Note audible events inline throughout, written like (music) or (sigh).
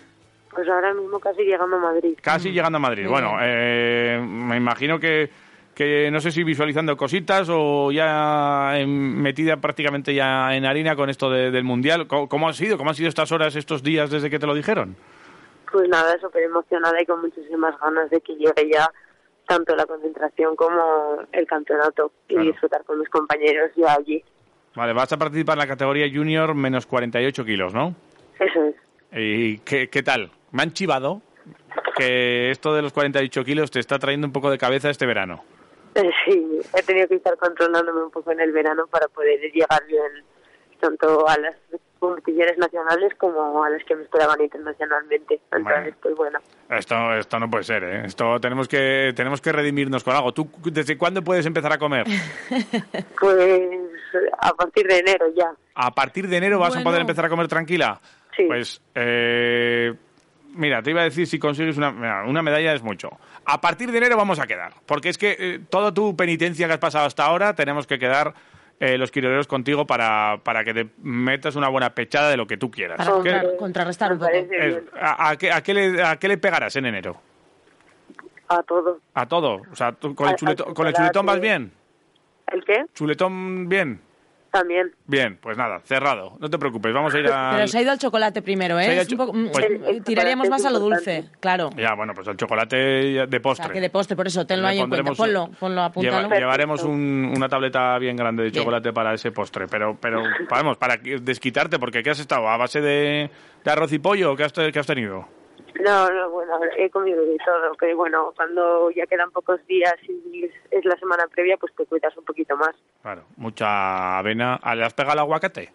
Pues ahora mismo casi llegando a Madrid. Casi llegando a Madrid. Mm. muy Bueno, bien. eh, me imagino que, que no sé si visualizando cositas o ya en- metida prácticamente ya en harina con esto de- del Mundial. ¿Cómo, cómo han sido? ¿Cómo han sido estas horas, estos días desde que te lo dijeron? Pues nada, súper emocionada y con muchísimas ganas de que llegue ya tanto la concentración como el campeonato Claro. y disfrutar con mis compañeros ya allí. Vale, vas a participar en la categoría junior menos 48 kilos, ¿no? Eso es. ¿Y qué, qué tal? Me han chivado que esto de los 48 kilos te está trayendo un poco de cabeza este verano. Eh, Sí, he tenido que estar controlándome un poco en el verano para poder llegar bien tanto a las competiciones nacionales como a las que me esperaban internacionalmente. Entonces, Bueno. pues bueno. Esto, esto no puede ser, ¿eh? Esto tenemos que, tenemos que redimirnos con algo. ¿Tú desde cuándo puedes empezar a comer? Pues a partir de enero ya. A partir de enero vas a Bueno. poder empezar a comer tranquila. Sí. Pues, eh, mira, te iba a decir si consigues una, mira, una medalla es mucho. A partir de enero vamos a quedar, porque es que eh, toda tu penitencia que has pasado hasta ahora tenemos que quedar eh, los quiroleros contigo para, para que te metas una buena pechada de lo que tú quieras. Para ¿Qué- contar- contrarrestar me un poco. parece es- bien. a, a qué, a qué le, a qué le pegarás en enero? A todo. A todo. O sea, tú con, el Al- chuleto- al con el chuletón vas chocolate. bien. ¿El qué? Chuletón bien. También. Bien, pues nada, cerrado. No te preocupes, vamos a ir a... Pero se ha ido al chocolate primero, Se ha ¿eh? ido Es un al cho- poco- mm, pues- eh, tiraríamos más a lo dulce, claro. Ya, bueno, pues el chocolate ya- de O sea, postre. que de postre, por eso, Le tenlo ahí en cuenta. pondremos- eh, Ponlo, ponlo, Lleva- apúntalo. llevaremos un- una tableta bien grande de Bien. chocolate para ese postre, pero, pero vamos, para que- desquitarte, porque ¿qué has estado? ¿A base de, de arroz y pollo? ¿Qué has, te- qué has tenido? No, no, bueno, he comido de todo, pero bueno, cuando ya quedan pocos días y es la semana previa, pues te cuidas un poquito más. Claro, mucha avena. Ah, ¿Le has pegado al aguacate?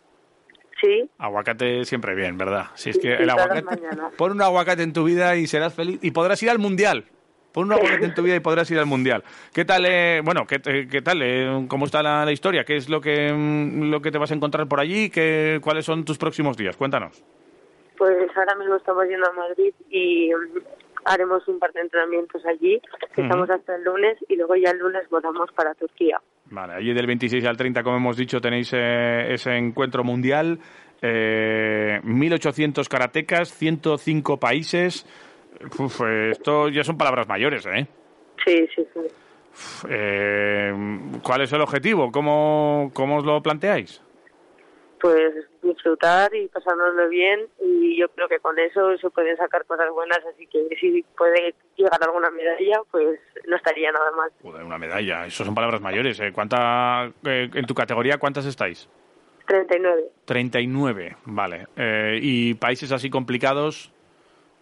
Sí, Aguacate siempre bien, ¿verdad? Si es Sí, que sí, el todas aguacate... las mañanas. Pon un aguacate en tu vida y serás feliz y podrás ir al Mundial. Pon un aguacate en tu vida y podrás ir al Mundial. ¿Qué tal, eh, bueno, qué, te- qué tal, eh, cómo está la, la historia? ¿Qué es lo que, mm, lo que te vas a encontrar por allí? ¿Qué, ¿Cuáles son tus próximos días? Cuéntanos. pues ahora mismo estamos yendo a Madrid y mm, haremos un par de entrenamientos allí, Ujú. que estamos hasta el lunes, y luego ya el lunes volamos para Turquía. Vale, allí del 26 al 30, como hemos dicho, tenéis eh, ese encuentro mundial. Eh, 1.800 karatecas, 105 países. Uf, eh, esto ya son palabras mayores, ¿eh? Sí, sí, sí. Uf, eh, ¿Cuál es el objetivo? ¿Cómo, ¿Cómo os lo planteáis? Pues disfrutar y pasárnoslo bien, y yo creo que con eso se pueden sacar cosas buenas, así que si puede llegar alguna medalla, pues no estaría nada mal. Joder, una medalla, eso son palabras mayores. ¿eh? ¿Cuánta, eh, en tu categoría, ¿cuántas estáis? 39. 39, vale. Eh, ¿Y países así complicados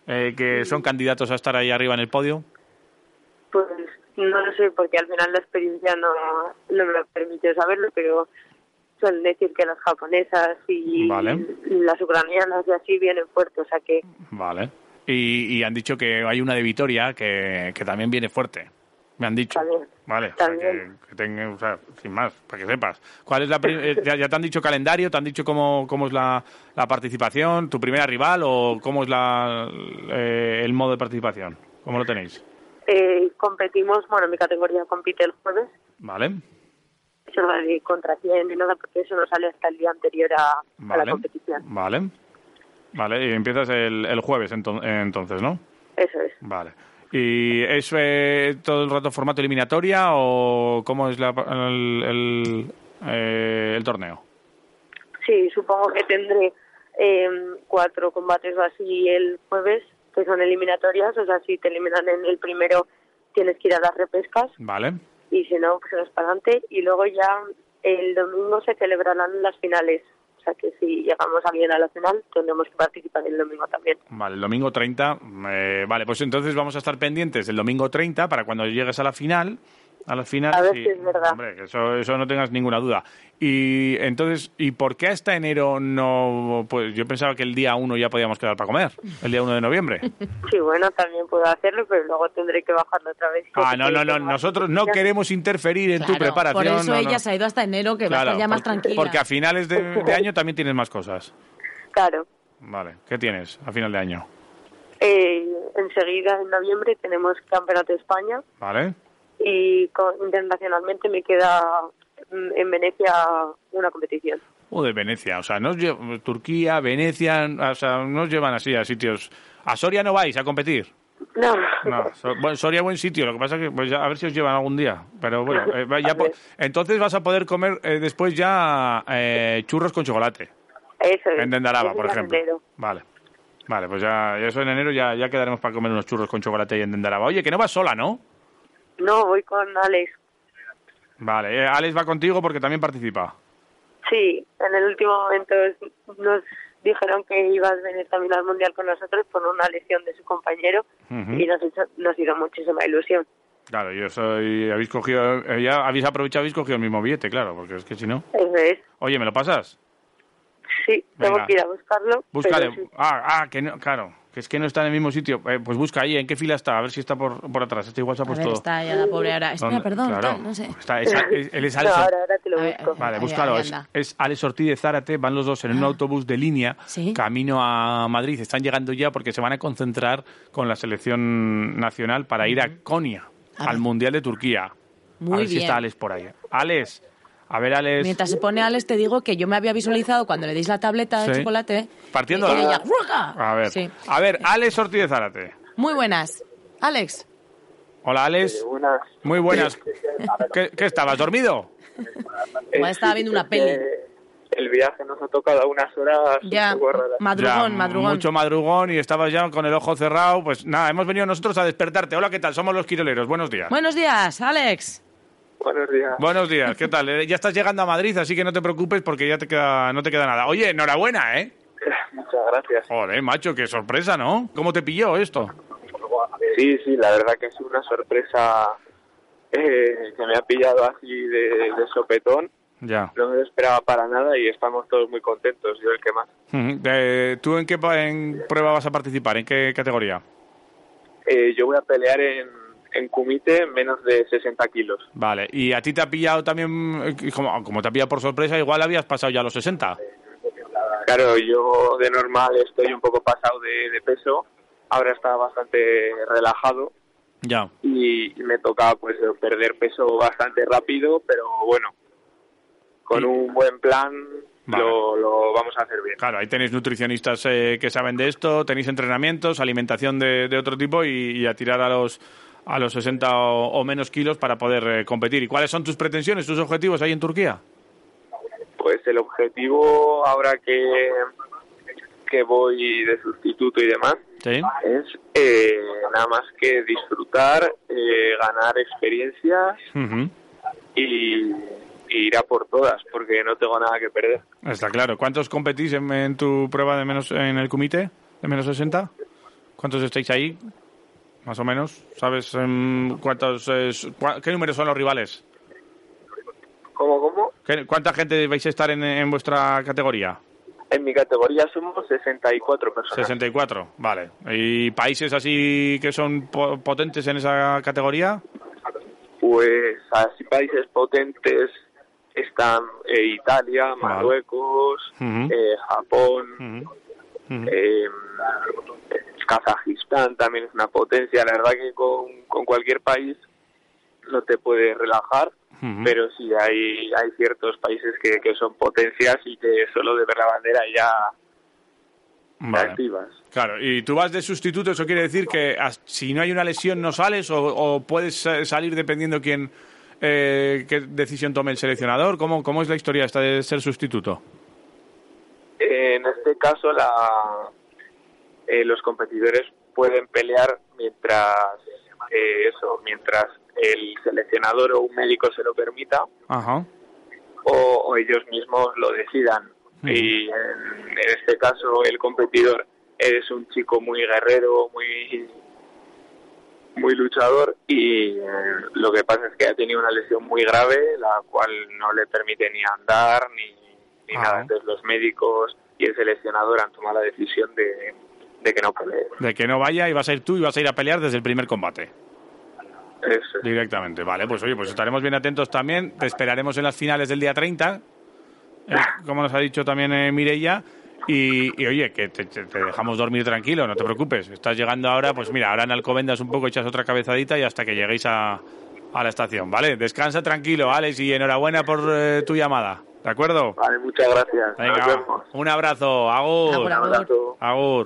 eh, que son candidatos a estar ahí arriba en el podio? Pues no lo sé, porque al final la experiencia no, no me lo permitió saberlo, pero suelen decir que las japonesas y Vale. las ucranianas y así vienen fuertes, o sea que Vale. Y, y han dicho que hay una de Vitoria que, que también viene fuerte. Me han dicho. También. Vale, o sea, que, También. que tenga- o sea, sin más, para que sepas. ¿Cuál es la pri- eh, ya, ya te han dicho calendario? ¿Te han dicho cómo, cómo es la, la participación? ¿Tu primera rival o cómo es la, eh, el modo de participación? ¿Cómo lo tenéis? eh, competimos, bueno, mi categoría compite el jueves, Vale. eso no hay contra quién ni nada, porque eso no sale hasta el día anterior a, a Vale. la competición. Vale. Vale, y empiezas el, el jueves ento- entonces, ¿no? Eso es. Vale. ¿Y es eh, todo el rato formato eliminatoria o cómo es la- el, el, eh, el torneo? Sí, supongo que tendré eh, cuatro combates o así el jueves, que son eliminatorias, o sea, si te eliminan en el primero tienes que ir a las repescas Vale. y si no, pues vas para adelante. Y luego ya el domingo se celebrarán las finales, o sea que si llegamos a bien a la final tendremos que participar el domingo también. Vale, el domingo 30. eh, vale, pues entonces vamos a estar pendientes el domingo 30 para cuando llegues a la final. A la final. A ver sí. si es verdad. Hombre, que eso, eso no tengas ninguna duda. Y entonces, ¿y por qué hasta enero no.? Pues yo pensaba que el día 1 ya podíamos quedar para comer, el día 1 de (laughs) noviembre. Sí, bueno, también puedo hacerlo, pero luego tendré que bajarlo otra vez. ah, no, no, no. Nosotros no queremos interferir en tu Claro, preparación. Por eso no, no. ella se ha ido hasta enero, que va a Claro, estar ya más porque- tranquila. Porque a finales (laughs) de, de año también tienes más cosas. Claro. Vale, ¿qué tienes a final de año? Eh, enseguida, en noviembre, tenemos Campeonato de España. Vale. y con- internacionalmente me queda mm, en Venecia una competición. O de Venecia, o sea, nos lle- Turquía, Venecia, o sea, nos llevan así a sitios. A Soria no vais a competir. No, No, So- bueno, Soria buen sitio, lo que pasa que pues ya- a ver si os llevan algún día, pero bueno, eh, (laughs) va- ya A po- ver. entonces vas a poder comer eh, después ya eh, churros con chocolate (laughs) eso es. en Dendaraba, Eso por es ejemplo. enero. Vale. Vale, pues ya eso en enero ya, ya quedaremos para comer unos churros con chocolate y en Dendaraba. Oye, que no vas sola, ¿no? No, voy con Alex. Vale, eh, Alex va contigo porque también participa. Sí, en el último momento nos dijeron que iba a venir también al Mundial con nosotros por una lesión de su compañero Ujú. y nos hizo, nos hizo muchísima ilusión. Claro, yo soy habéis cogido eh, ya habéis aprovechado, habéis cogido el mismo billete, claro, porque es que si no. Eso es. Oye, ¿me lo pasas? Sí, tengo Venga. que ir a buscarlo. pero Búscale. sí. Ah, ah, que no, claro, que es que no está en el mismo sitio. Eh, pues busca ahí, ¿en qué fila está? A ver si está por, por atrás. Este igual se ha A ver, puesto. está ya la pobre ahora. Espera, ¿Dónde? perdón, Claro. tal, no sé. Está- es- es- él es (laughs) No, Alex Or- ahora, ahora te lo A ver, a busco. ver. Vale, Ahí, búscalo. ahí Es, anda. Ah. es Alex Ortiz de Zárate, van los dos en un autobús de línea, Sí. camino a Madrid. Están llegando ya porque se van a concentrar con la selección nacional para ir a Konya, A al ver. Mundial de Turquía. a Muy ver si bien. está Alex por ahí. Alex, a ver, Alex. Mientras se pone Alex, te digo que yo me había visualizado cuando le deis la tableta de Sí. chocolate. Partiéndola. y ella, ¡ruaca! A ver, Sí. a ver, Alex Ortiz de Zárate. Muy buenas. Alex, Hola, Alex. Muy buenas. ¿Qué, qué estabas, dormido? Eh, igual estaba viendo una peli. El viaje nos ha tocado a unas horas Ya, un poco raras. madrugón, Ya, madrugón. Mucho madrugón y estabas ya con el ojo cerrado. Pues nada, hemos venido nosotros a despertarte. Hola, ¿qué tal? Somos los quiroleros. Buenos días. Buenos días, Alex. Buenos días. Buenos días, ¿qué tal? Eh, Ya estás llegando a Madrid, así que no te preocupes porque ya te queda, no te queda nada. Oye, enhorabuena, ¿eh? Muchas gracias. Joder, macho, qué sorpresa, ¿no? ¿Cómo te pilló esto? Sí, sí, la verdad que es una sorpresa eh, que me ha pillado así de, de sopetón. Ya. (laughs) No me lo esperaba para nada y estamos todos muy contentos, yo el que más. Ujú. Eh, ¿Tú en qué pa- en prueba vas a participar? ¿En qué categoría? Eh, yo voy a pelear en, en Kumite menos de 60 kilos. Vale, y a ti te ha pillado también, eh, como, como te ha pillado por sorpresa, igual habías pasado ya los 60. Claro, yo de normal estoy un poco pasado de, de peso, ahora está bastante relajado Ya. y me toca pues perder peso bastante rápido, pero bueno, con Y- un buen plan Vale. lo, lo vamos a hacer bien. Claro, ahí tenéis nutricionistas eh, que saben de esto, tenéis entrenamientos, alimentación de, de otro tipo y, y a tirar a los a los 60 o, o menos kilos para poder eh, competir. ¿Y cuáles son tus pretensiones, tus objetivos ahí en Turquía? Pues el objetivo ahora que, que voy de sustituto y demás Sí. es eh, nada más que disfrutar, eh, ganar experiencias Ujú. Mm. y, y ir a por todas, porque no tengo nada que perder. Está claro. ¿Cuántos competís en, en tu prueba de menos en el comité de menos 60? ¿Cuántos estáis ahí? Más o menos. ¿Sabes em, cuántos es- cua- qué números son los rivales? ¿Cómo, cómo? ¿Qué- ¿Cuánta gente vais a estar en, en vuestra categoría? En mi categoría somos 64 personas. 64, vale. ¿Y países así que son po- potentes en esa categoría? Pues así países potentes están eh, Italia, Marruecos, Ujú. eh, Japón, Ujú. Ujú. eh, Kazajistán también es una potencia. La verdad que con, con cualquier país no te puedes relajar, Ujú. pero sí hay, hay ciertos países que, que son potencias y que solo de ver la bandera ya Vale. activas. Claro, y tú vas de sustituto, eso quiere decir que as- si no hay una lesión no sales o, o puedes eh, salir dependiendo quién eh, qué decisión tome el seleccionador. ¿Cómo, ¿Cómo es la historia esta de ser sustituto? En este caso, la, eh, los competidores pueden pelear mientras eh, eso, mientras el seleccionador o un médico se lo permita Ajá. o, o ellos mismos lo decidan. Ujú. Y en, en este caso, el competidor es un chico muy guerrero, muy muy luchador y eh, lo que pasa es que ha tenido una lesión muy grave la cual no le permite ni andar ni, ni Ah. nada entonces los médicos y el seleccionador han tomado la decisión de, de que no pelee De que no vaya y vas a ir tú y vas a ir a pelear desde el primer combate. Eso es. Directamente, vale, pues oye, pues estaremos bien atentos también. Te esperaremos en las finales del día 30, eh, como nos ha dicho también eh, Mireia. Y, y, oye, que te, te- te dejamos dormir tranquilo, no te preocupes. Estás llegando ahora, pues mira, ahora en Alcobendas un poco echas otra cabezadita y hasta que lleguéis a, a la estación, ¿vale? Descansa tranquilo, Alex, y enhorabuena por eh, tu llamada, ¿de acuerdo? vale muchas gracias Nos Venga, vemos. un abrazo, agur. Agur, un abrazo Agur.